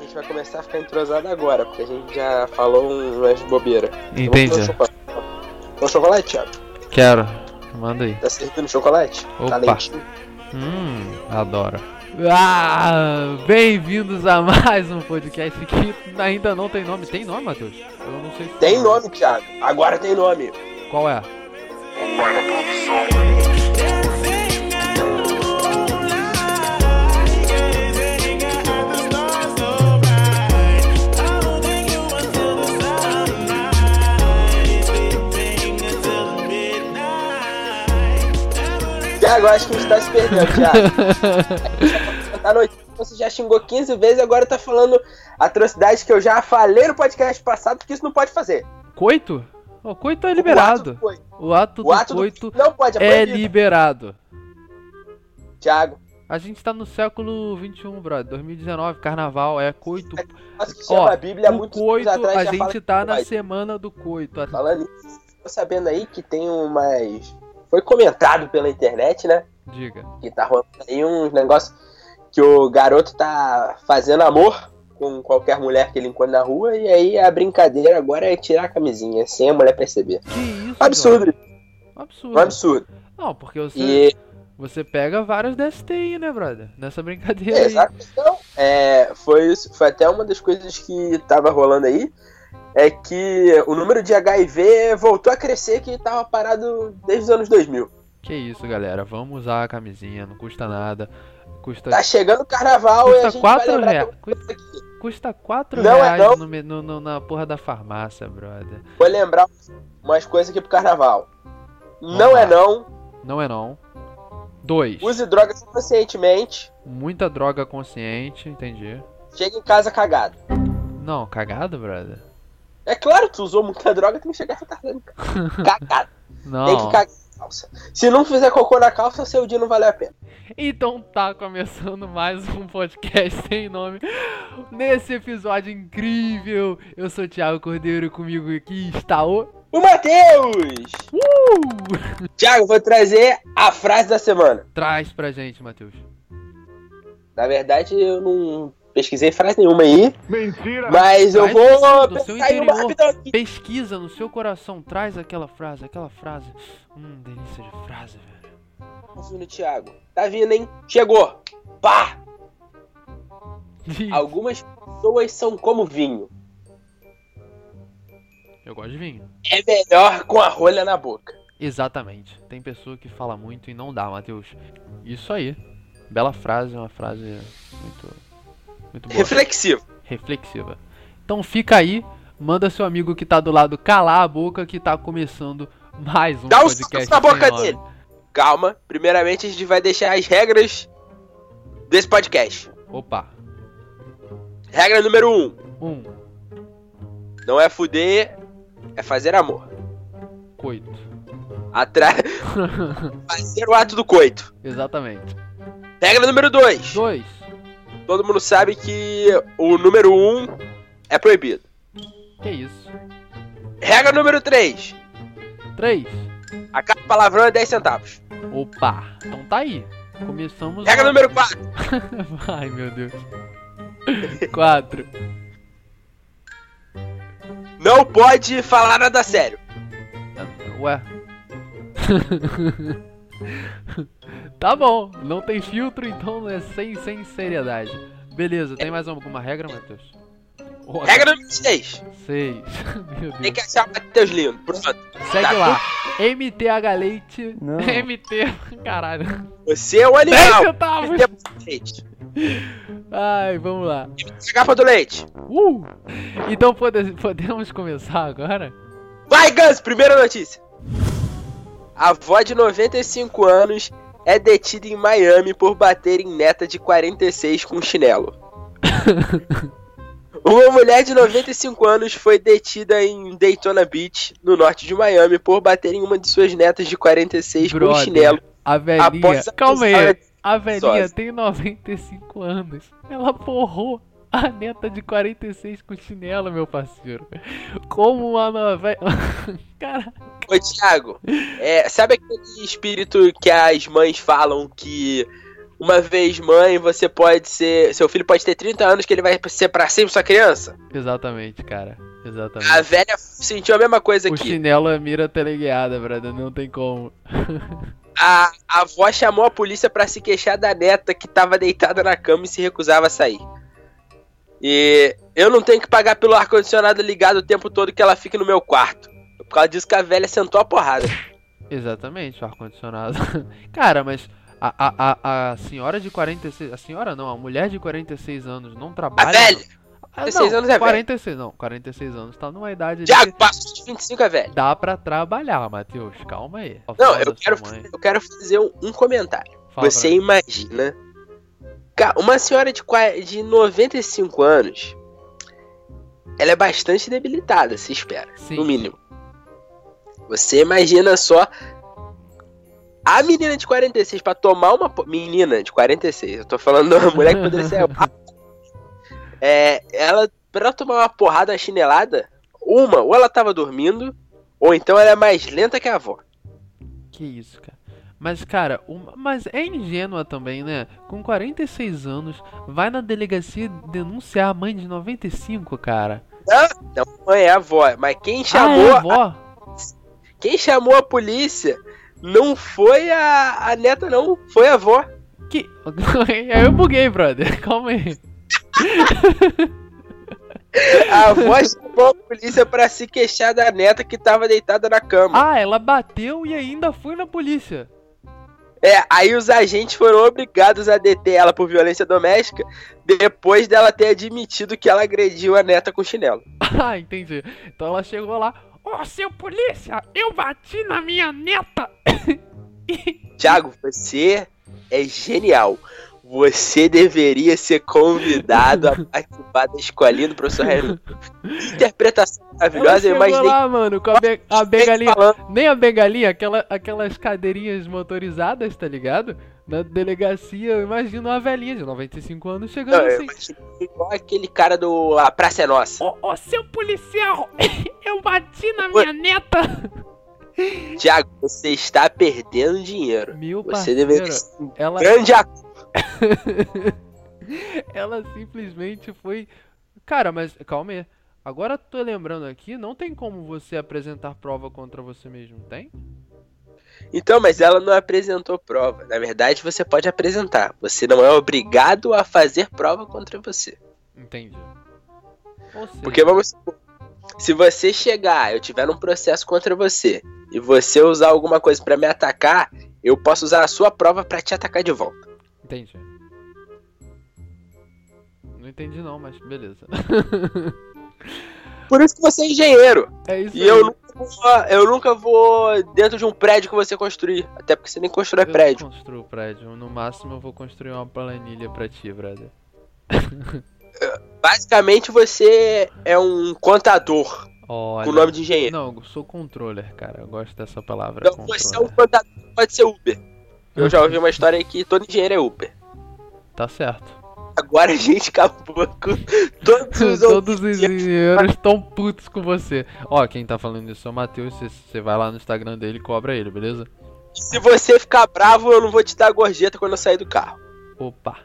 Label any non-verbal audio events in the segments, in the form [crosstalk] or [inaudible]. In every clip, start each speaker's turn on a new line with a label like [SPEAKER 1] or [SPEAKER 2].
[SPEAKER 1] gente vai começar Então, a ficar entrosado agora, porque a gente já falou umas bobeira.
[SPEAKER 2] Entendi.
[SPEAKER 1] Vamos fazer um chocolate. Vamos chocolate, Thiago?
[SPEAKER 2] Quero. Manda aí.
[SPEAKER 1] Tá servindo chocolate?
[SPEAKER 2] Opa.
[SPEAKER 1] Tá lentinho?
[SPEAKER 2] Hum, adoro. Ah, bem-vindos a mais um podcast que ainda não tem nome. Tem nome, Matheus? Eu não sei se
[SPEAKER 1] Tem nome, Thiago. Agora tem nome.
[SPEAKER 2] Qual é?
[SPEAKER 1] Thiago, eu acho que a gente tá se perdendo, Thiago.
[SPEAKER 2] [laughs]
[SPEAKER 1] Você tá noite. Você já xingou 15 vezes e agora tá falando atrocidade que eu já falei no podcast passado, porque isso não pode fazer.
[SPEAKER 2] Coito? O coito é
[SPEAKER 1] O ato
[SPEAKER 2] liberado.
[SPEAKER 1] foi.
[SPEAKER 2] O ato
[SPEAKER 1] O ato
[SPEAKER 2] do
[SPEAKER 1] do-
[SPEAKER 2] coito
[SPEAKER 1] não pode,
[SPEAKER 2] é
[SPEAKER 1] é proibido.
[SPEAKER 2] liberado.
[SPEAKER 1] Thiago,
[SPEAKER 2] A gente tá no século 21, brother. 2019, carnaval, é coito.
[SPEAKER 1] nossa, que
[SPEAKER 2] Ó,
[SPEAKER 1] chama a Bíblia há
[SPEAKER 2] o
[SPEAKER 1] É, muitos anos
[SPEAKER 2] coito,
[SPEAKER 1] atrás já
[SPEAKER 2] a
[SPEAKER 1] fala
[SPEAKER 2] gente tá
[SPEAKER 1] que
[SPEAKER 2] na
[SPEAKER 1] vai.
[SPEAKER 2] semana do coito. A-
[SPEAKER 1] Falando isso, tô sabendo aí que tem umas. Foi comentado pela internet, né?
[SPEAKER 2] Diga.
[SPEAKER 1] Que tá rolando aí uns negócios que o garoto tá fazendo amor com qualquer mulher que ele encontra na rua, e aí a brincadeira agora é tirar a camisinha, sem a mulher perceber.
[SPEAKER 2] Que isso?
[SPEAKER 1] Absurdo,
[SPEAKER 2] brother? Absurdo.
[SPEAKER 1] um absurdo.
[SPEAKER 2] Não, porque você,
[SPEAKER 1] E
[SPEAKER 2] você pega vários DST aí, né, brother? Nessa brincadeira aí.
[SPEAKER 1] exato. Então, é, foi, isso- foi até uma das coisas que tava rolando aí. É que o número de HIV voltou a crescer que tava parado desde os anos 2000.
[SPEAKER 2] Que isso, galera. Vamos usar a camisinha, não custa nada. Custa,
[SPEAKER 1] Tá chegando o carnaval e a
[SPEAKER 2] custa
[SPEAKER 1] gente vai
[SPEAKER 2] 4
[SPEAKER 1] lembrar que
[SPEAKER 2] reais. Cu- Custa 4
[SPEAKER 1] Não é
[SPEAKER 2] reais
[SPEAKER 1] não.
[SPEAKER 2] no me- no- no- na porra da farmácia, brother.
[SPEAKER 1] Vou lembrar umas coisas aqui pro carnaval. Não
[SPEAKER 2] lá.
[SPEAKER 1] é não.
[SPEAKER 2] Não é não. 2.
[SPEAKER 1] Use drogas conscientemente.
[SPEAKER 2] Muita droga consciente, entendi.
[SPEAKER 1] Chega em casa cagado.
[SPEAKER 2] Não, cagado, brother?
[SPEAKER 1] É claro, tu usou muita droga, tem que chegar retardado. em
[SPEAKER 2] [laughs]
[SPEAKER 1] casa. Cagado. Tem que
[SPEAKER 2] Não.
[SPEAKER 1] cagar na calça. Se não fizer cocô na calça, seu dia não valeu a pena.
[SPEAKER 2] Então tá começando mais um podcast [laughs] sem nome. Nesse episódio incrível, eu sou o Thiago Cordeiro e comigo aqui está o
[SPEAKER 1] O Matheus!
[SPEAKER 2] Uh!
[SPEAKER 1] Tiago, vou trazer a frase da semana.
[SPEAKER 2] Traz pra gente, Matheus.
[SPEAKER 1] Na verdade, eu não pesquisei frase nenhuma aí.
[SPEAKER 3] Mentira!
[SPEAKER 1] Mas eu
[SPEAKER 2] Traz do
[SPEAKER 1] vou
[SPEAKER 2] seu
[SPEAKER 1] pensar em uma
[SPEAKER 2] interior.
[SPEAKER 1] rapidão aqui.
[SPEAKER 2] Pesquisa no seu coração, traz aquela frase, aquela frase. Hum, delícia de frase, velho.
[SPEAKER 1] Tá vindo, Thiago. Tá vindo, hein? Chegou. Pá!
[SPEAKER 2] Diz. [laughs]
[SPEAKER 1] Algumas pessoas são como vinho.
[SPEAKER 2] Eu gosto de vinho.
[SPEAKER 1] É melhor com a rolha na boca.
[SPEAKER 2] Exatamente. Tem pessoa que fala muito e não dá, Matheus. Isso aí. Bela frase, uma frase muito. Muito boa.
[SPEAKER 1] Reflexivo.
[SPEAKER 2] Reflexiva. Então fica aí, manda seu amigo que tá do lado calar a boca que tá começando mais um
[SPEAKER 1] Dá um
[SPEAKER 2] podcast.
[SPEAKER 1] susto na
[SPEAKER 2] sem
[SPEAKER 1] boca
[SPEAKER 2] nome.
[SPEAKER 1] dele. Calma. Primeiramente, a gente vai deixar as regras desse podcast.
[SPEAKER 2] Opa.
[SPEAKER 1] Regra número 1. Um,
[SPEAKER 2] Um,
[SPEAKER 1] não é fuder, é fazer amor.
[SPEAKER 2] coito.
[SPEAKER 1] Atra...
[SPEAKER 2] [laughs]
[SPEAKER 1] fazer o ato do coito.
[SPEAKER 2] Exatamente.
[SPEAKER 1] Regra número 2.
[SPEAKER 2] Dois.
[SPEAKER 1] Todo mundo sabe que o número 1 um é proibido.
[SPEAKER 2] Que isso?
[SPEAKER 1] Regra número 3.
[SPEAKER 2] Três.
[SPEAKER 1] A cada palavrão é 10 centavos.
[SPEAKER 2] Opa. Então tá aí. Começamos.
[SPEAKER 1] Regra
[SPEAKER 2] a-
[SPEAKER 1] número 4.
[SPEAKER 2] [laughs] Ai, meu Deus. Quatro.
[SPEAKER 1] Não pode falar nada sério.
[SPEAKER 2] Ué. [laughs] tá bom. Não tem filtro, então é sem, sem seriedade. Beleza. Tem mais alguma regra, Matheus? Ou-
[SPEAKER 1] Regra número 6.
[SPEAKER 2] Seis. [laughs] Meu Deus.
[SPEAKER 1] Tem que achar o Matheus Lindo. Pronto.
[SPEAKER 2] Segue lá. MTH Leite. [laughs]
[SPEAKER 3] Não.
[SPEAKER 2] MT. Caralho.
[SPEAKER 1] Você é o
[SPEAKER 2] Dez [laughs]
[SPEAKER 1] animal.
[SPEAKER 2] centavos.
[SPEAKER 1] Você é o leite.
[SPEAKER 2] Ai, vamos lá.
[SPEAKER 1] Garrafa do leite.
[SPEAKER 2] Uh! Então pode- podemos começar agora?
[SPEAKER 1] Vai, Gans, primeira notícia. A avó de 95 anos é detida em Miami por bater em neta de 46 com chinelo. Uma mulher de 95 anos foi detida em Daytona Beach, no norte de Miami, por bater em uma de suas netas de 46 com
[SPEAKER 2] Brother,
[SPEAKER 1] chinelo.
[SPEAKER 2] A velhinha.
[SPEAKER 1] Após a-
[SPEAKER 2] Calma aí. A velhinha
[SPEAKER 1] Sósia.
[SPEAKER 2] tem 95 anos. Ela porrou a neta de 46 com chinelo, meu parceiro. Como uma novela. [laughs] Cara,
[SPEAKER 1] Ô, Thiago, é, sabe aquele espírito que as mães falam que uma vez mãe, você pode ser. Seu filho pode ter 30 anos que ele vai ser pra sempre sua criança.
[SPEAKER 2] Exatamente, cara. Exatamente.
[SPEAKER 1] A velha sentiu a mesma coisa
[SPEAKER 2] É. o
[SPEAKER 1] aqui.
[SPEAKER 2] chinelo é mira teleguiada, brother. Não tem como.
[SPEAKER 1] A, a avó chamou a polícia pra se queixar da neta que tava deitada na cama e se recusava a sair. E eu não tenho que pagar pelo ar-condicionado ligado o tempo todo que ela fica no meu quarto. Por causa disso que a velha sentou a
[SPEAKER 2] [laughs]
[SPEAKER 1] porrada.
[SPEAKER 2] Exatamente, o ar-condicionado. [laughs] Cara, mas a, a, a, a senhora de 46. A senhora não, a mulher de 46 anos não trabalha.
[SPEAKER 1] A velha!
[SPEAKER 2] Ah,
[SPEAKER 1] 46
[SPEAKER 2] não,
[SPEAKER 1] anos é velha.
[SPEAKER 2] 46, não, 46 anos tá numa idade ali
[SPEAKER 1] Diago, passou de 25 a velha.
[SPEAKER 2] que dá pra trabalhar, Matheus. Calma aí. Fala
[SPEAKER 1] Não,
[SPEAKER 2] da
[SPEAKER 1] eu
[SPEAKER 2] sua
[SPEAKER 1] quero,
[SPEAKER 2] mãe,
[SPEAKER 1] eu quero fazer um, um comentário.
[SPEAKER 2] fala
[SPEAKER 1] Você
[SPEAKER 2] pra mim.
[SPEAKER 1] imagina. Ca- Uma senhora de, qua- de 95 anos. Ela é bastante debilitada, se espera.
[SPEAKER 2] Sim.
[SPEAKER 1] No mínimo. Você imagina só. A menina de 46 pra tomar uma. po- Menina de 46, eu tô falando de uma mulher que poderia ser. É, ela. Pra tomar uma porrada uma chinelada, uma, ou ela tava dormindo, ou então ela é mais lenta que a avó.
[SPEAKER 2] Que isso, cara. Mas, cara, uma- mas é ingênua também, né? Com 46 anos, vai na delegacia denunciar a mãe de 95, cara.
[SPEAKER 1] Não, mãe, é a avó. Mas quem chamou,
[SPEAKER 2] ah, é, vó?
[SPEAKER 1] quem chamou a polícia não foi a, a neta, não. Foi a avó.
[SPEAKER 2] Que... [laughs] Aí eu buguei, brother. [laughs] Calma aí.
[SPEAKER 1] A
[SPEAKER 2] [laughs]
[SPEAKER 1] avó chamou a polícia pra se queixar da neta que tava deitada na cama.
[SPEAKER 2] Ah, ela bateu e ainda foi na polícia. [laughs]
[SPEAKER 1] É, aí os agentes foram obrigados a deter ela por violência doméstica depois dela ter admitido que ela agrediu a neta com chinelo.
[SPEAKER 2] Ah, entendi. Então ela chegou lá. Ô, seu polícia, eu bati na minha neta.
[SPEAKER 1] Thiago, você é genial. Você deveria ser convidado
[SPEAKER 2] [laughs]
[SPEAKER 1] a participar da escolinha do professor Raimundo. Interpretação
[SPEAKER 2] Ela
[SPEAKER 1] maravilhosa, eu
[SPEAKER 2] chegou
[SPEAKER 1] imaginei
[SPEAKER 2] lá, mano, com a, be a
[SPEAKER 1] Quem
[SPEAKER 2] bengalinha.
[SPEAKER 1] falando?
[SPEAKER 2] Nem a bengalinha, aquela, aquelas cadeirinhas motorizadas, tá ligado? Na delegacia, eu imagino uma velhinha de 95 anos chegando
[SPEAKER 1] Não, é, eu
[SPEAKER 2] assim.
[SPEAKER 1] imaginei igual aquele cara do A Praça é Nossa.
[SPEAKER 2] Ô, ô, seu policial, [laughs] eu bati na
[SPEAKER 1] minha
[SPEAKER 2] neta.
[SPEAKER 1] Tiago, você está perdendo dinheiro.
[SPEAKER 2] Meu
[SPEAKER 1] Você
[SPEAKER 2] parceiro,
[SPEAKER 1] deveria ser um
[SPEAKER 2] ela,
[SPEAKER 1] grande ator.
[SPEAKER 2] ela simplesmente foi... Cara, mas calma aí. Agora tô lembrando aqui, não tem como você apresentar prova contra você mesmo, tem?
[SPEAKER 1] Então, mas ela não apresentou prova. Na verdade, você pode apresentar. Você não é obrigado a fazer prova contra você.
[SPEAKER 2] Entendi. Ou seja,
[SPEAKER 1] Porque vamos supor, se você chegar, eu tiver um processo contra você e você usar alguma coisa pra me atacar, eu posso usar a sua prova pra te atacar de volta.
[SPEAKER 2] Entendi. Não entendi não, mas beleza. [laughs]
[SPEAKER 1] Por isso que você é engenheiro.
[SPEAKER 2] É isso
[SPEAKER 1] E
[SPEAKER 2] aí.
[SPEAKER 1] eu nunca, vou, eu nunca vou dentro de um prédio que você construir. Até porque você nem constrói
[SPEAKER 2] Eu não
[SPEAKER 1] É prédio.
[SPEAKER 2] construo prédio. No máximo eu vou construir uma planilha pra ti, brother.
[SPEAKER 1] Basicamente, você é um contador
[SPEAKER 2] Olha.
[SPEAKER 1] com o nome de engenheiro.
[SPEAKER 2] Não, eu sou controller, cara. Eu gosto dessa palavra.
[SPEAKER 1] então você é um
[SPEAKER 2] controller.
[SPEAKER 1] contador que pode ser Uber. Eu já ouvi uma história aí que todo engenheiro é Uber.
[SPEAKER 2] Tá certo.
[SPEAKER 1] [laughs] Agora a gente acabou com todos os outros.
[SPEAKER 2] Todos os engenheiros estão putos com você. Ó, quem tá falando isso é o Matheus. Você- Você vai lá no Instagram dele e cobra ele, beleza?
[SPEAKER 1] Se você ficar bravo, eu não vou te dar gorjeta quando eu sair do carro.
[SPEAKER 2] Opa.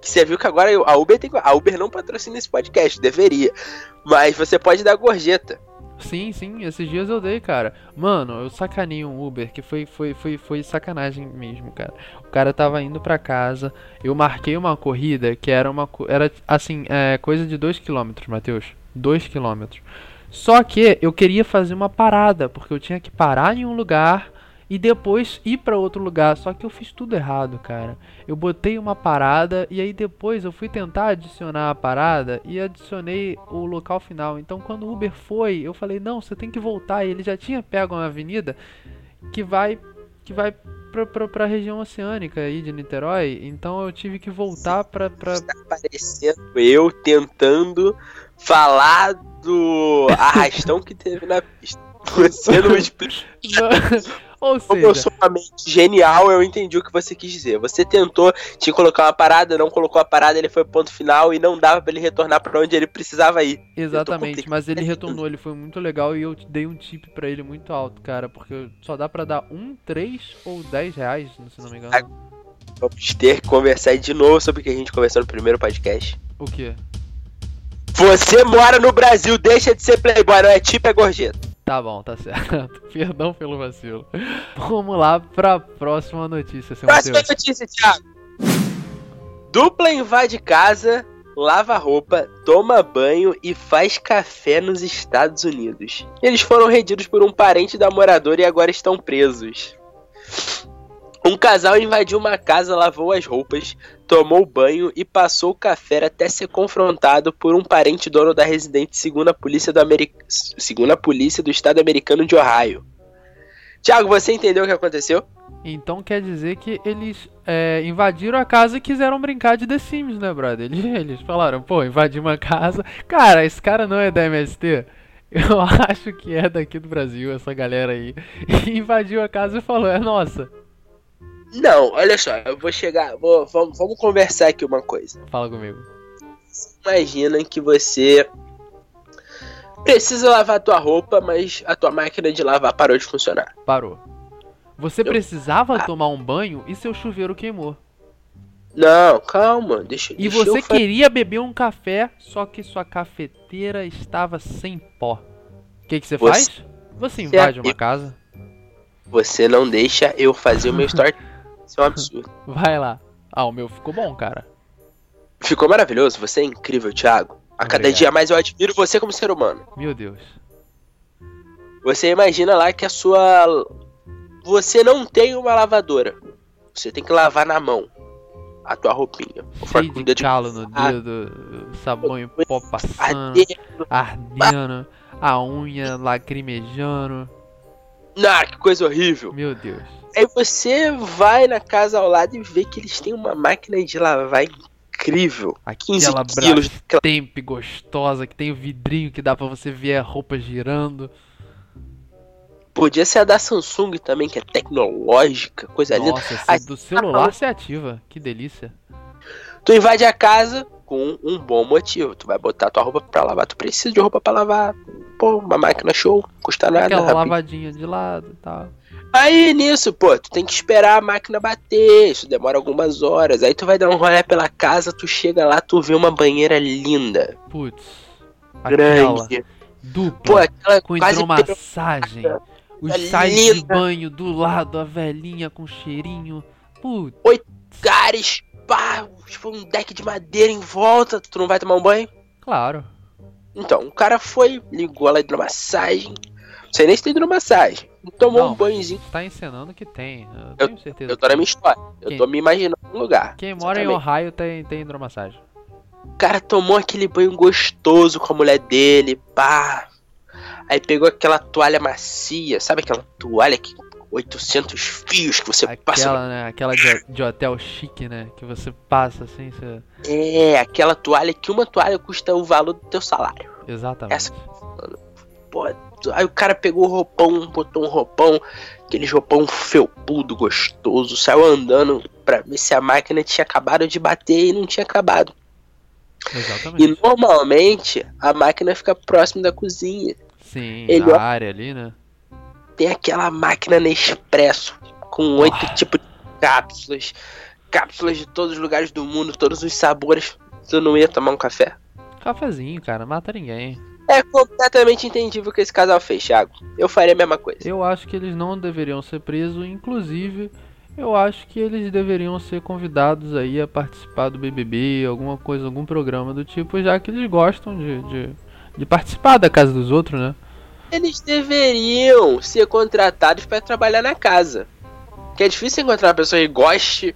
[SPEAKER 1] Que Você viu que agora eu- a Uber tem que- A Uber não patrocina esse podcast, deveria. Mas você pode dar gorjeta.
[SPEAKER 2] Sim, sim, esses dias eu dei, cara. Mano, eu sacanei um Uber, que foi, foi, foi, foi sacanagem mesmo, cara. O cara tava indo pra casa, eu marquei uma corrida que era uma. co- Era assim, é, coisa de 2km, Matheus. 2km. Só que eu queria fazer uma parada, porque eu tinha que parar em um lugar e depois ir pra outro lugar. Só que eu fiz tudo errado, cara. Eu botei uma parada e aí depois eu fui tentar adicionar a parada e adicionei o local final. Então quando o Uber foi, eu falei: "Não, você tem que voltar". E ele já tinha pego uma avenida que vai que vai pra, pra, pra região oceânica aí de Niterói. Então eu tive que voltar pra, pra... [laughs]
[SPEAKER 1] Tá parecendo eu tentando falar do arrastão que teve na
[SPEAKER 2] [laughs]
[SPEAKER 1] pista. Você não me explica.
[SPEAKER 2] Ou
[SPEAKER 1] Como eu
[SPEAKER 2] seja,
[SPEAKER 1] sou uma mente genial, eu entendi o que você quis dizer. Você tentou te colocar uma parada, não colocou a parada, ele foi pro ponto final e não dava pra ele retornar pra onde ele precisava ir.
[SPEAKER 2] Exatamente, mas ele
[SPEAKER 1] complicado.
[SPEAKER 2] retornou, ele foi muito legal e eu te dei um tip pra ele muito alto, cara, porque só dá pra dar um, três ou dez reais, se não me engano.
[SPEAKER 1] Vamos ter que conversar de novo sobre o que a gente conversou no primeiro podcast.
[SPEAKER 2] O quê?
[SPEAKER 1] Você mora no Brasil, deixa de ser playboy, não é tipo, é gorjeta.
[SPEAKER 2] Tá bom, tá certo. [laughs] Perdão pelo vacilo. Vamos lá pra próxima notícia, seu
[SPEAKER 1] Próxima
[SPEAKER 2] Matheus.
[SPEAKER 1] notícia, Thiago. Dupla invade casa, lava roupa, toma banho e faz café nos Estados Unidos. Eles foram rendidos por um parente da moradora e agora estão presos. Um casal invadiu uma casa, lavou as roupas, tomou banho e passou o café até ser confrontado por um parente dono da residente, segundo a polícia do, Ameri... segundo a polícia do estado americano de Ohio. Tiago, você entendeu o que aconteceu?
[SPEAKER 2] Então quer dizer que eles é, invadiram a casa e quiseram brincar de The Sims, né, brother? Eles, [laughs] eles falaram, pô, invadir uma casa. Cara, esse cara não é da MST. [laughs] Eu acho que é daqui do Brasil, essa galera aí. [laughs] E invadiu a casa e falou, é nossa.
[SPEAKER 1] Não, olha só, eu vou chegar. vou- vamos, vamos conversar aqui uma coisa.
[SPEAKER 2] Fala comigo.
[SPEAKER 1] Imagina que você precisa lavar a tua roupa, mas a tua máquina de lavar parou de funcionar.
[SPEAKER 2] Parou. Você
[SPEAKER 1] Eu-
[SPEAKER 2] precisava
[SPEAKER 1] Ah.
[SPEAKER 2] tomar um banho e seu chuveiro queimou.
[SPEAKER 1] Não, calma, deixa,
[SPEAKER 2] E
[SPEAKER 1] deixa
[SPEAKER 2] você
[SPEAKER 1] eu falar.
[SPEAKER 2] queria beber um café, só que sua cafeteira estava sem pó. O que, que você
[SPEAKER 1] Você- é
[SPEAKER 2] faz? Você invade uma
[SPEAKER 1] Eu-
[SPEAKER 2] casa,
[SPEAKER 1] Você não deixa eu fazer o
[SPEAKER 2] [laughs]
[SPEAKER 1] meu story. Isso é um absurdo.
[SPEAKER 2] vai lá. Ah, o meu ficou bom, cara.
[SPEAKER 1] Ficou maravilhoso, você é incrível, Thiago. A cada
[SPEAKER 2] Obrigado.
[SPEAKER 1] dia mais eu admiro você como ser humano.
[SPEAKER 2] Meu Deus.
[SPEAKER 1] Você imagina lá que a sua. Você não tem uma lavadora. Você tem que lavar na mão a tua roupinha.
[SPEAKER 2] Cheio
[SPEAKER 1] Com o
[SPEAKER 2] de
[SPEAKER 1] dedo
[SPEAKER 2] calo no
[SPEAKER 1] Ah,
[SPEAKER 2] dedo, sabão em pó passando,
[SPEAKER 1] Adeus.
[SPEAKER 2] ardendo, a unha lacrimejando.
[SPEAKER 1] Ah, que coisa horrível.
[SPEAKER 2] Meu Deus.
[SPEAKER 1] Aí você vai na casa ao lado e vê que eles têm uma máquina de lavar incrível. 15
[SPEAKER 2] Aquela
[SPEAKER 1] quilos.
[SPEAKER 2] Brastemp gostosa que tem o vidrinho que dá pra você ver a roupa girando.
[SPEAKER 1] Podia ser a da Samsung também, que é tecnológica, coisa linda.
[SPEAKER 2] Nossa, se
[SPEAKER 1] Ai, tá
[SPEAKER 2] do celular você ativa. Que delícia.
[SPEAKER 1] Tu invade a casa com um bom motivo. Tu vai botar tua roupa pra lavar. Tu precisa de roupa pra lavar. Pô, uma máquina show, não custa nada.
[SPEAKER 2] Aquela
[SPEAKER 1] rapidinho.
[SPEAKER 2] lavadinha de lado e tal.
[SPEAKER 1] Aí nisso, pô, tu tem que esperar a máquina bater, isso demora algumas horas. Aí tu vai dar um rolê pela casa, tu chega lá, tu vê uma banheira linda,
[SPEAKER 2] Putz. Aquela
[SPEAKER 1] grande. Pô,
[SPEAKER 2] dupla
[SPEAKER 1] aquela
[SPEAKER 2] com
[SPEAKER 1] quase É
[SPEAKER 2] hidromassagem. Os
[SPEAKER 1] Linda.
[SPEAKER 2] sites de banho do lado, a velhinha com cheirinho. Putz.
[SPEAKER 1] lugares, pá, tipo um deck de madeira em volta, tu não vai tomar um banho?
[SPEAKER 2] Claro.
[SPEAKER 1] Então, o cara foi, ligou lá a hidromassagem, não sei nem se tem hidromassagem, tomou
[SPEAKER 2] Não,
[SPEAKER 1] um banhozinho.
[SPEAKER 2] Tá encenando que tem. Eu tenho certeza.
[SPEAKER 1] Eu tô na minha história, eu
[SPEAKER 2] Quem-
[SPEAKER 1] tô me imaginando um lugar.
[SPEAKER 2] Quem mora em
[SPEAKER 1] Exatamente.
[SPEAKER 2] Ohio tem, tem hidromassagem.
[SPEAKER 1] O cara tomou aquele banho gostoso com a mulher dele, pá. Aí pegou aquela toalha macia, sabe aquela toalha que 800 fios que você passa.
[SPEAKER 2] Aquela, né? Aquela de, de hotel chique, né? Que você passa assim, você...
[SPEAKER 1] É, aquela toalha que uma toalha custa o valor do teu salário.
[SPEAKER 2] Exatamente.
[SPEAKER 1] Essa- Pô, aí o cara pegou o roupão, botou um roupão, aquele roupão felpudo, gostoso, saiu andando pra ver se a máquina tinha acabado de bater e não tinha acabado. E
[SPEAKER 2] Exatamente.
[SPEAKER 1] normalmente a máquina fica próximo da cozinha.
[SPEAKER 2] Sim,
[SPEAKER 1] ele-
[SPEAKER 2] na área ali, né?
[SPEAKER 1] tem aquela máquina Nespresso com oito tipos de cápsulas, cápsulas de todos os lugares do mundo, todos os sabores. Tu não ia tomar um café?
[SPEAKER 2] Cafezinho, cara, mata ninguém.
[SPEAKER 1] É completamente entendível o que esse casal fez, Thiago. Eu faria a mesma coisa.
[SPEAKER 2] Eu acho que eles não deveriam ser presos, inclusive eu acho que eles deveriam ser convidados aí a participar do BBB, alguma coisa, algum programa do tipo, já que eles gostam de, de, de participar da casa dos outros, né?
[SPEAKER 1] Eles deveriam ser contratados para trabalhar na casa. Que é difícil encontrar uma pessoa que goste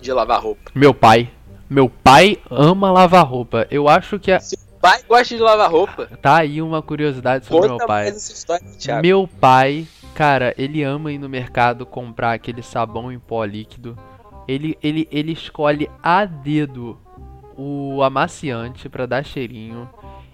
[SPEAKER 1] de lavar roupa.
[SPEAKER 2] Meu pai. Meu pai ama lavar roupa. Eu acho que a-
[SPEAKER 1] Pai gosta de lavar roupa.
[SPEAKER 2] tá aí uma curiosidade sobre
[SPEAKER 1] Conta
[SPEAKER 2] meu pai.
[SPEAKER 1] mais essa história, Thiago.
[SPEAKER 2] Meu pai, cara, ele ama ir no mercado comprar aquele sabão em pó líquido. Ele, ele, ele escolhe a dedo o amaciante pra dar cheirinho.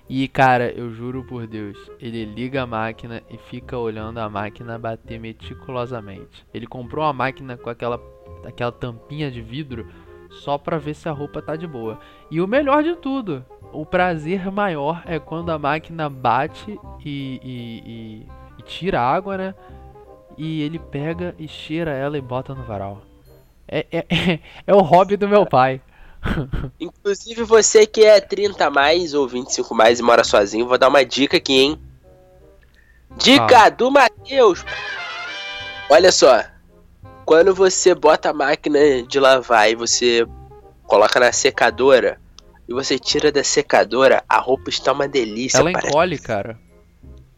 [SPEAKER 2] E, cara, eu juro por Deus, ele liga a máquina e fica olhando a máquina bater meticulosamente. Ele comprou uma máquina com aquela, aquela tampinha de vidro só pra ver se a roupa tá de boa. E o melhor de tudo, o prazer maior é quando a máquina bate e- e- e e tira a água, né? E ele pega e cheira ela e bota no varal. É, é, [laughs] é, é o hobby do meu pai.
[SPEAKER 1] Inclusive, você que é 30 a mais ou 25 mais e mora sozinho, vou dar uma dica aqui, hein? Dica
[SPEAKER 2] Ah.
[SPEAKER 1] do Matheus! Olha só. Quando você bota a máquina de lavar e você coloca na secadora e você tira da secadora, a roupa está uma delícia.
[SPEAKER 2] Ela
[SPEAKER 1] parece.
[SPEAKER 2] encolhe, cara. [laughs]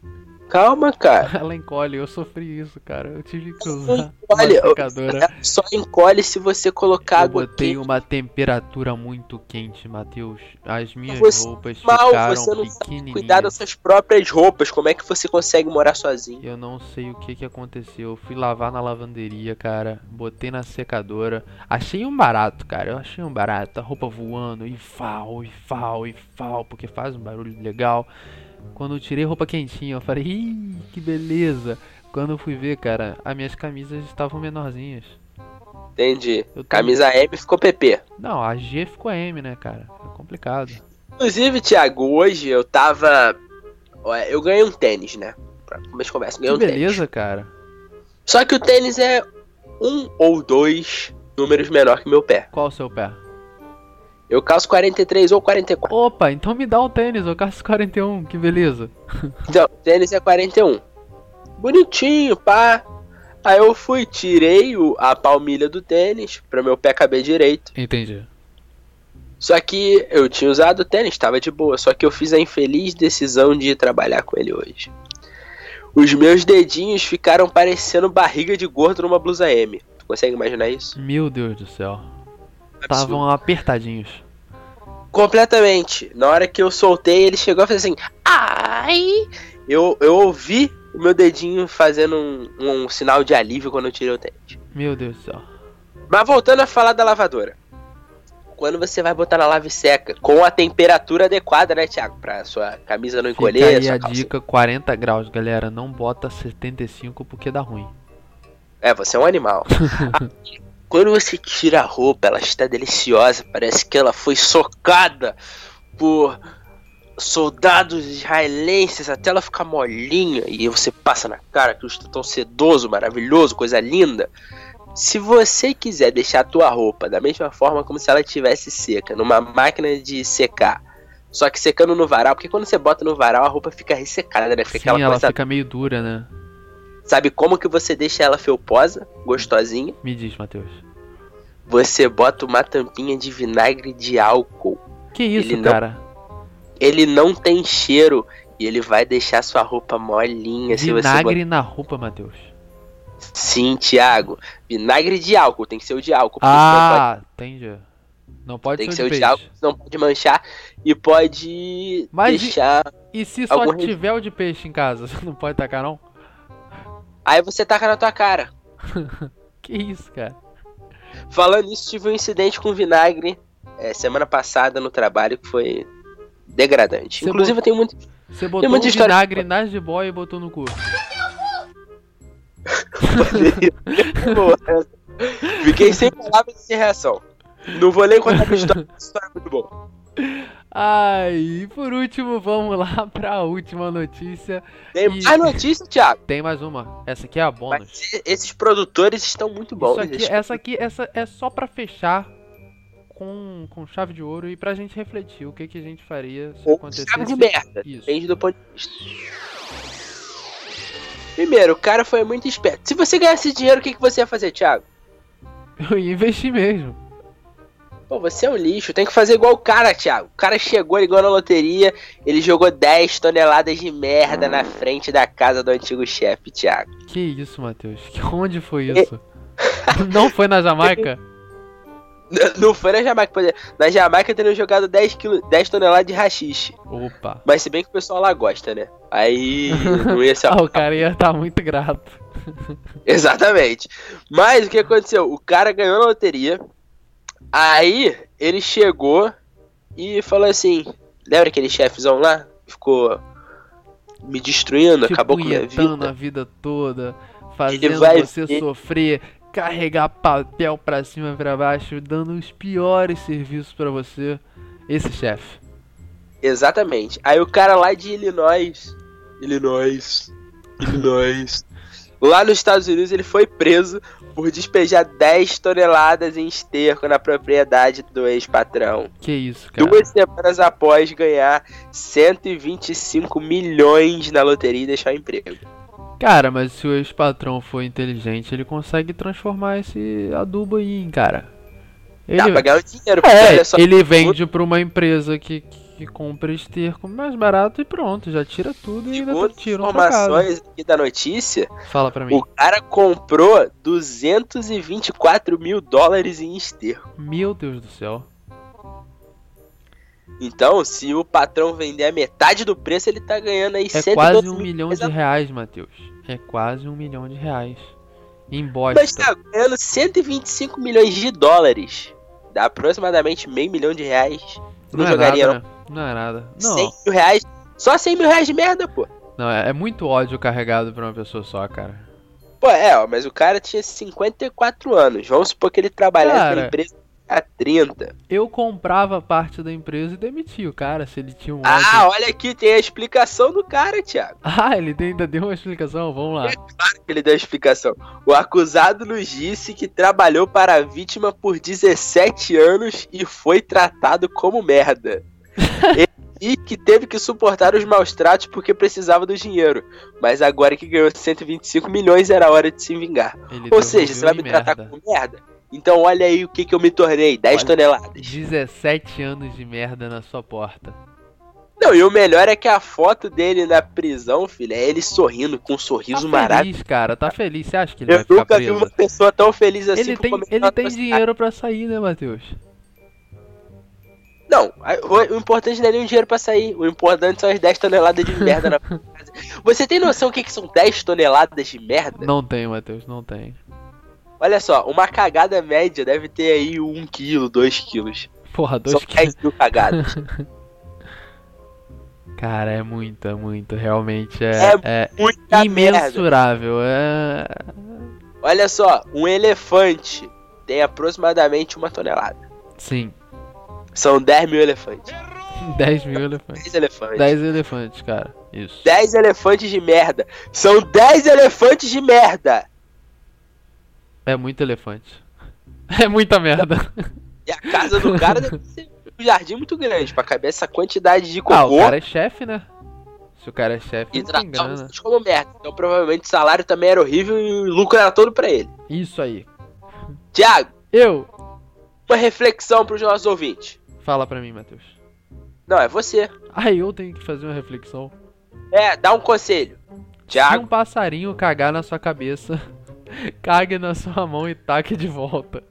[SPEAKER 1] Calma, cara.
[SPEAKER 2] Ela encolhe, eu sofri isso, cara. Eu tive que
[SPEAKER 1] Não
[SPEAKER 2] usar uma
[SPEAKER 1] encolhe,
[SPEAKER 2] secadora.
[SPEAKER 1] Ela só encolhe se você colocar
[SPEAKER 2] Eu
[SPEAKER 1] água
[SPEAKER 2] botei um
[SPEAKER 1] quente.
[SPEAKER 2] uma temperatura muito quente, Matheus. As minhas
[SPEAKER 1] Você
[SPEAKER 2] roupas
[SPEAKER 1] Mal,
[SPEAKER 2] ficaram
[SPEAKER 1] você não sabe
[SPEAKER 2] pequenininhas.
[SPEAKER 1] cuidar das suas próprias roupas. Como é que você consegue morar sozinho?
[SPEAKER 2] Eu não sei o que que aconteceu. Eu fui lavar na lavanderia, cara. Botei na secadora. Achei um barato, cara. Eu achei um barato. A roupa voando. E fal, e fal, e fal. Porque faz um barulho legal. Quando eu tirei a roupa quentinha, eu falei, Ih, que beleza. Quando eu fui ver, cara, as minhas camisas estavam menorzinhas.
[SPEAKER 1] Entendi.
[SPEAKER 2] Eu tô-
[SPEAKER 1] Camisa M ficou PP.
[SPEAKER 2] Não, a G ficou M, né, cara? É complicado.
[SPEAKER 1] Inclusive, Thiago, hoje eu tava. ó, Eu ganhei um tênis, né? Pra começar a conversa, eu ganhei
[SPEAKER 2] Que
[SPEAKER 1] um tênis.
[SPEAKER 2] beleza, cara.
[SPEAKER 1] Só que o tênis é um ou dois números menor que meu pé.
[SPEAKER 2] Qual o seu pé?
[SPEAKER 1] Eu calço 43 ou 44.
[SPEAKER 2] Opa, então me dá um tênis, eu caço 41, que beleza.
[SPEAKER 1] Então, o tênis é 41. Bonitinho, pá. Aí eu fui, tirei o- a palmilha do tênis pra meu pé caber direito.
[SPEAKER 2] Entendi.
[SPEAKER 1] Só que eu tinha usado o tênis, tava de boa. Só que eu fiz a infeliz decisão de ir trabalhar com ele hoje. Os meus dedinhos ficaram parecendo barriga de gordo numa blusa M. Tu consegue imaginar isso?
[SPEAKER 2] Meu Deus do céu.
[SPEAKER 1] Absurdo.
[SPEAKER 2] Estavam apertadinhos. um-
[SPEAKER 1] Completamente. Na hora que eu soltei, ele chegou e fez assim. Ai! Eu, eu ouvi o meu dedinho fazendo um, um sinal de alívio quando eu tirei o tênis.
[SPEAKER 2] Meu Deus do céu.
[SPEAKER 1] Mas voltando a falar da lavadora. Quando você vai botar na lave seca, com a temperatura adequada, né, Thiago? Pra sua camisa não
[SPEAKER 2] Fica
[SPEAKER 1] encolher,
[SPEAKER 2] aí
[SPEAKER 1] sua
[SPEAKER 2] a
[SPEAKER 1] calça
[SPEAKER 2] dica, 40 graus, galera. Não bota 75 porque dá ruim.
[SPEAKER 1] É, você é um
[SPEAKER 2] [laughs]
[SPEAKER 1] animal. Aí, Quando você tira a roupa, ela está deliciosa, parece que ela foi socada por soldados israelenses até ela ficar molinha e você passa na cara que está tão sedoso, maravilhoso, coisa linda. Se você quiser deixar a tua roupa da mesma forma como se ela tivesse seca, numa máquina de secar, só que secando no varal, porque quando você bota no varal a roupa fica ressecada, né? Fica
[SPEAKER 2] Sim,
[SPEAKER 1] aquela
[SPEAKER 2] ela
[SPEAKER 1] coisa,
[SPEAKER 2] fica meio dura, né?
[SPEAKER 1] sabe como que você deixa ela felposa, gostosinha?
[SPEAKER 2] Me diz, Matheus.
[SPEAKER 1] Você bota uma tampinha de vinagre de álcool.
[SPEAKER 2] Que isso,
[SPEAKER 1] Ele não-
[SPEAKER 2] cara?
[SPEAKER 1] Ele não tem cheiro e ele vai deixar sua roupa molinha se você botar.
[SPEAKER 2] Vinagre na roupa, Matheus.
[SPEAKER 1] Sim, Thiago. Vinagre de álcool, tem que ser o de álcool. porque senão
[SPEAKER 2] Ah, entendi. Não
[SPEAKER 1] pode,
[SPEAKER 2] pode
[SPEAKER 1] tem que
[SPEAKER 2] ser
[SPEAKER 1] ser o
[SPEAKER 2] de
[SPEAKER 1] de álcool,
[SPEAKER 2] peixe.
[SPEAKER 1] senão pode manchar e pode
[SPEAKER 2] Mas e-
[SPEAKER 1] deixar.
[SPEAKER 2] E se só
[SPEAKER 1] Algum-
[SPEAKER 2] tiver o de peixe em casa? [laughs] Você não pode tacar, não?
[SPEAKER 1] Aí você taca na tua cara.
[SPEAKER 2] Que isso, cara?
[SPEAKER 1] Falando isso, tive um incidente com vinagre é, semana passada no trabalho que foi degradante.
[SPEAKER 2] Você
[SPEAKER 1] Inclusive,
[SPEAKER 2] bot-
[SPEAKER 1] eu tenho muito.
[SPEAKER 2] Você botou um
[SPEAKER 1] muita história-
[SPEAKER 2] vinagre nas de boy e botou no cu.
[SPEAKER 1] [laughs] Fiquei sem palavras e sem reação. Não vou nem contar a minha história, porque a história é muito boa.
[SPEAKER 2] Ai, e por último, vamos lá [laughs] pra última notícia.
[SPEAKER 1] Tem
[SPEAKER 2] E-
[SPEAKER 1] mais notícia, Thiago.
[SPEAKER 2] Tem mais uma. Essa aqui é a bônus.
[SPEAKER 1] Mas e- esses produtores estão muito bons.
[SPEAKER 2] Isso aqui,
[SPEAKER 1] Eles-
[SPEAKER 2] essa aqui essa é só pra fechar com, com chave de ouro e pra gente refletir o que, que a gente faria se
[SPEAKER 1] Ou
[SPEAKER 2] acontecesse
[SPEAKER 1] sabe de merda.
[SPEAKER 2] isso.
[SPEAKER 1] Depende do ponto de vista. Primeiro, o cara foi muito esperto. Se você ganhasse dinheiro, o que, que você ia fazer, Thiago?
[SPEAKER 2] Eu ia investir mesmo.
[SPEAKER 1] Pô, você é um lixo. Tem que fazer igual o cara, Thiago. O cara chegou, ligou na loteria, ele jogou 10 toneladas de merda na frente da casa do antigo chefe, Thiago.
[SPEAKER 2] Que isso, Matheus? Que- Onde foi
[SPEAKER 1] É. [laughs]
[SPEAKER 2] isso? Não foi na Jamaica?
[SPEAKER 1] [laughs] Não foi na Jamaica, por exemplo. Na Jamaica teriam jogado 10, quilo, 10 toneladas de rachixe.
[SPEAKER 2] Opa.
[SPEAKER 1] Mas se bem que o pessoal lá gosta, né? Aí não ia ser
[SPEAKER 2] Ah, o cara ia estar muito grato.
[SPEAKER 1] Exatamente. Mas o que aconteceu? O cara ganhou na loteria. Aí ele chegou e falou assim: Lembra aquele chefezão lá? que Ficou me destruindo,
[SPEAKER 2] Te
[SPEAKER 1] acabou com a minha
[SPEAKER 2] Tipo, punhetando a
[SPEAKER 1] vida.
[SPEAKER 2] vida toda, fazendo
[SPEAKER 1] vai
[SPEAKER 2] você
[SPEAKER 1] ver-
[SPEAKER 2] sofrer, carregar papel pra cima e pra baixo, dando os piores serviços pra você. Esse chefe.
[SPEAKER 1] Exatamente. Aí o cara lá de Illinois. Illinois. Illinois. Lá nos Estados Unidos, ele foi preso por despejar 10 toneladas em esterco na propriedade do ex-patrão.
[SPEAKER 2] Que isso, cara.
[SPEAKER 1] Duas semanas após ganhar 125 milhões na loteria e deixar o emprego.
[SPEAKER 2] Cara, mas se o ex-patrão for inteligente, ele consegue transformar esse adubo aí em cara. Ele,
[SPEAKER 1] Dá pra ganhar o dinheiro, porque
[SPEAKER 2] é,
[SPEAKER 1] olha só.
[SPEAKER 2] ele vende pra uma empresa que, que compra esterco mais barato e pronto, já tira tudo e ainda
[SPEAKER 1] Segundo
[SPEAKER 2] tira um trocado.
[SPEAKER 1] informações aqui da notícia,
[SPEAKER 2] Fala pra mim.
[SPEAKER 1] o cara comprou 224 mil dólares em esterco.
[SPEAKER 2] Meu Deus do céu.
[SPEAKER 1] Então, se o patrão vender a metade do preço, ele tá ganhando aí
[SPEAKER 2] É quase um
[SPEAKER 1] mil
[SPEAKER 2] milhão
[SPEAKER 1] reais
[SPEAKER 2] de
[SPEAKER 1] a
[SPEAKER 2] reais, Matheus. É quase um milhão de reais. Em
[SPEAKER 1] Mas
[SPEAKER 2] bosta.
[SPEAKER 1] tá ganhando 125 milhões de dólares. Dá aproximadamente meio milhão de reais. Tu não,
[SPEAKER 2] Não é
[SPEAKER 1] jogaria,
[SPEAKER 2] nada, né? Não é nada.
[SPEAKER 1] não. 100
[SPEAKER 2] Não,
[SPEAKER 1] mil reais. Só 100 mil reais de merda, pô.
[SPEAKER 2] não é, é muito ódio carregado pra uma pessoa só, cara.
[SPEAKER 1] Pô, é, ó, mas o cara tinha 54 anos. Vamos supor que ele trabalhasse
[SPEAKER 2] Cara.
[SPEAKER 1] na empresa há 30.
[SPEAKER 2] Eu comprava parte da empresa e demitia o cara se ele tinha um ódio. [laughs]
[SPEAKER 1] Ah, olha aqui, tem a explicação do cara, Thiago.
[SPEAKER 2] Ah, ele tem- ainda deu uma explicação, vamos lá.
[SPEAKER 1] Claro que ele deu a explicação. O acusado nos disse que trabalhou para a vítima por 17 anos e foi tratado como merda. E que teve que suportar os maus tratos porque precisava do dinheiro. Mas agora que ganhou 125 milhões, era hora de se vingar.
[SPEAKER 2] Ele
[SPEAKER 1] Ou seja, você vai me
[SPEAKER 2] devolveu em
[SPEAKER 1] tratar
[SPEAKER 2] merda.
[SPEAKER 1] como merda? Então olha aí o que, que eu me tornei, 10
[SPEAKER 2] Olha.
[SPEAKER 1] toneladas.
[SPEAKER 2] 17 anos de merda na sua porta.
[SPEAKER 1] Não, e o melhor é que a foto dele na prisão, filho, é ele sorrindo, com um
[SPEAKER 2] Tá
[SPEAKER 1] sorriso maravilhoso.
[SPEAKER 2] feliz, cara, tá feliz. Você acha que ele
[SPEAKER 1] Eu
[SPEAKER 2] vai ficar
[SPEAKER 1] nunca vi
[SPEAKER 2] preso?
[SPEAKER 1] uma pessoa tão feliz assim
[SPEAKER 2] Ele
[SPEAKER 1] por
[SPEAKER 2] tem,
[SPEAKER 1] começar
[SPEAKER 2] ele
[SPEAKER 1] uma
[SPEAKER 2] tem
[SPEAKER 1] sociedade.
[SPEAKER 2] dinheiro pra sair, né, Matheus?
[SPEAKER 1] Não, a- o, o importante não é nem o dinheiro pra sair. O importante são as 10 toneladas de merda
[SPEAKER 2] [laughs]
[SPEAKER 1] na casa. Você tem noção do que, que são 10 toneladas de merda?
[SPEAKER 2] Não tem, Matheus, não tem.
[SPEAKER 1] Olha só, uma cagada média deve ter aí 1 kg, 2 quilos.
[SPEAKER 2] Porra,
[SPEAKER 1] São
[SPEAKER 2] dois que...
[SPEAKER 1] 10 mil cagadas.
[SPEAKER 2] [laughs] Cara, é muito, é muito. Realmente
[SPEAKER 1] É
[SPEAKER 2] é,
[SPEAKER 1] Muita
[SPEAKER 2] é
[SPEAKER 1] merda.
[SPEAKER 2] imensurável. É...
[SPEAKER 1] Olha só, um elefante tem aproximadamente uma tonelada.
[SPEAKER 2] Sim,
[SPEAKER 1] São 10 mil elefantes.
[SPEAKER 2] 10 mil elefantes.
[SPEAKER 1] 10 elefantes. 10...
[SPEAKER 2] 10 elefantes, cara. Isso.
[SPEAKER 1] elefantes de merda. São 10 elefantes de merda.
[SPEAKER 2] É muito elefante. [laughs] É muita merda.
[SPEAKER 1] E a casa do cara deve ser um jardim muito grande pra caber essa quantidade de
[SPEAKER 2] Ah, o
[SPEAKER 1] cocô.
[SPEAKER 2] cara é chefe, né? Se o cara é chefe,
[SPEAKER 1] E
[SPEAKER 2] não
[SPEAKER 1] tratava
[SPEAKER 2] tem grana.
[SPEAKER 1] vocês como merda. Então provavelmente o salário também era horrível e o lucro era todo pra ele.
[SPEAKER 2] Isso aí.
[SPEAKER 1] Tiago,
[SPEAKER 2] Eu?
[SPEAKER 1] uma reflexão pros nossos ouvintes.
[SPEAKER 2] Fala pra mim, Matheus.
[SPEAKER 1] Não, é você.
[SPEAKER 2] Ah, eu tenho que fazer uma reflexão.
[SPEAKER 1] É, dá um conselho.
[SPEAKER 2] Se
[SPEAKER 1] Tiago,
[SPEAKER 2] um passarinho cagar na sua cabeça, [laughs] cague na sua mão e taque de volta.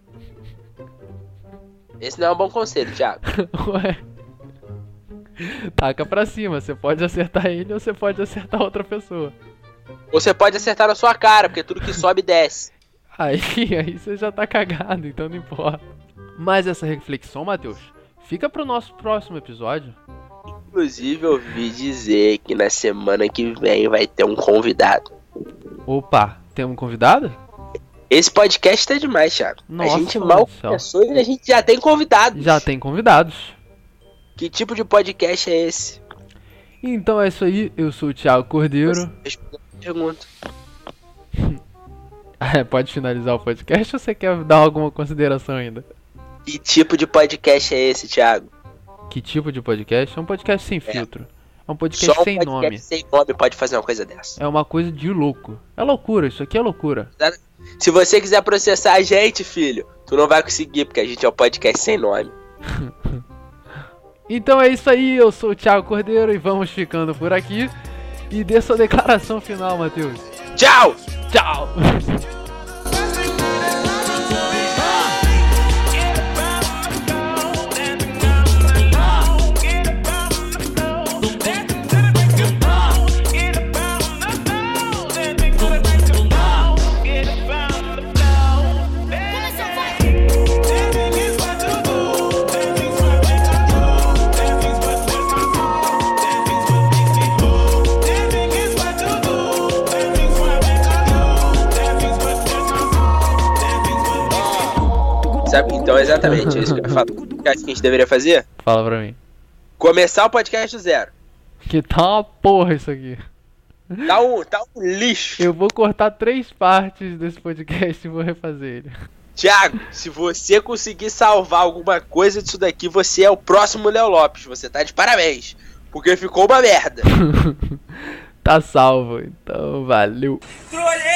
[SPEAKER 2] [laughs]
[SPEAKER 1] esse não é um bom conselho, Tiago.
[SPEAKER 2] Ué. Taca pra cima, você pode acertar ele ou você pode acertar outra pessoa.
[SPEAKER 1] Você pode acertar na sua cara, porque tudo que sobe desce.
[SPEAKER 2] Aí, [laughs] aí você já tá cagado, então não importa. Mas essa reflexão, Matheus, fica pro nosso próximo episódio.
[SPEAKER 1] Inclusive, eu ouvi dizer que na semana que vem vai ter um convidado.
[SPEAKER 2] Opa, temos um convidado?
[SPEAKER 1] Esse podcast tá demais, Thiago.
[SPEAKER 2] Nossa,
[SPEAKER 1] a gente mal
[SPEAKER 2] do céu.
[SPEAKER 1] começou e a gente já tem convidado.
[SPEAKER 2] Já tem convidados.
[SPEAKER 1] Que tipo de podcast é esse?
[SPEAKER 2] Então é isso aí, eu sou o Thiago Cordeiro. [laughs]
[SPEAKER 1] Responda a pergunta.
[SPEAKER 2] É, pode finalizar o podcast ou você quer dar alguma consideração ainda?
[SPEAKER 1] Que tipo de podcast é esse, Thiago?
[SPEAKER 2] Que tipo de podcast? É um podcast sem filtro. É um podcast
[SPEAKER 1] Só um
[SPEAKER 2] sem
[SPEAKER 1] podcast
[SPEAKER 2] nome.
[SPEAKER 1] sem nome pode fazer uma coisa dessa.
[SPEAKER 2] É uma coisa de louco. É loucura, isso aqui é loucura.
[SPEAKER 1] Se você quiser processar a gente, filho, tu não vai conseguir, porque a gente é um podcast sem nome.
[SPEAKER 2] Então é isso aí, eu sou o Thiago Cordeiro e vamos ficando por aqui. E dê sua declaração final, Matheus.
[SPEAKER 1] Tchau!
[SPEAKER 2] Tchau!
[SPEAKER 1] Sabe? Então, exatamente, é isso que eu ia falar. O que a gente deveria fazer?
[SPEAKER 2] Fala pra mim.
[SPEAKER 1] Começar o podcast do zero.
[SPEAKER 2] Que tá uma porra isso aqui.
[SPEAKER 1] Tá um, tá um lixo.
[SPEAKER 2] Eu vou cortar três partes desse podcast e vou refazer ele.
[SPEAKER 1] Tiago, se você conseguir salvar alguma coisa disso daqui, você é o próximo Léo Lopes. Você tá de parabéns. Porque ficou uma merda.
[SPEAKER 2] Tá salvo, então valeu.
[SPEAKER 1] Trolhei!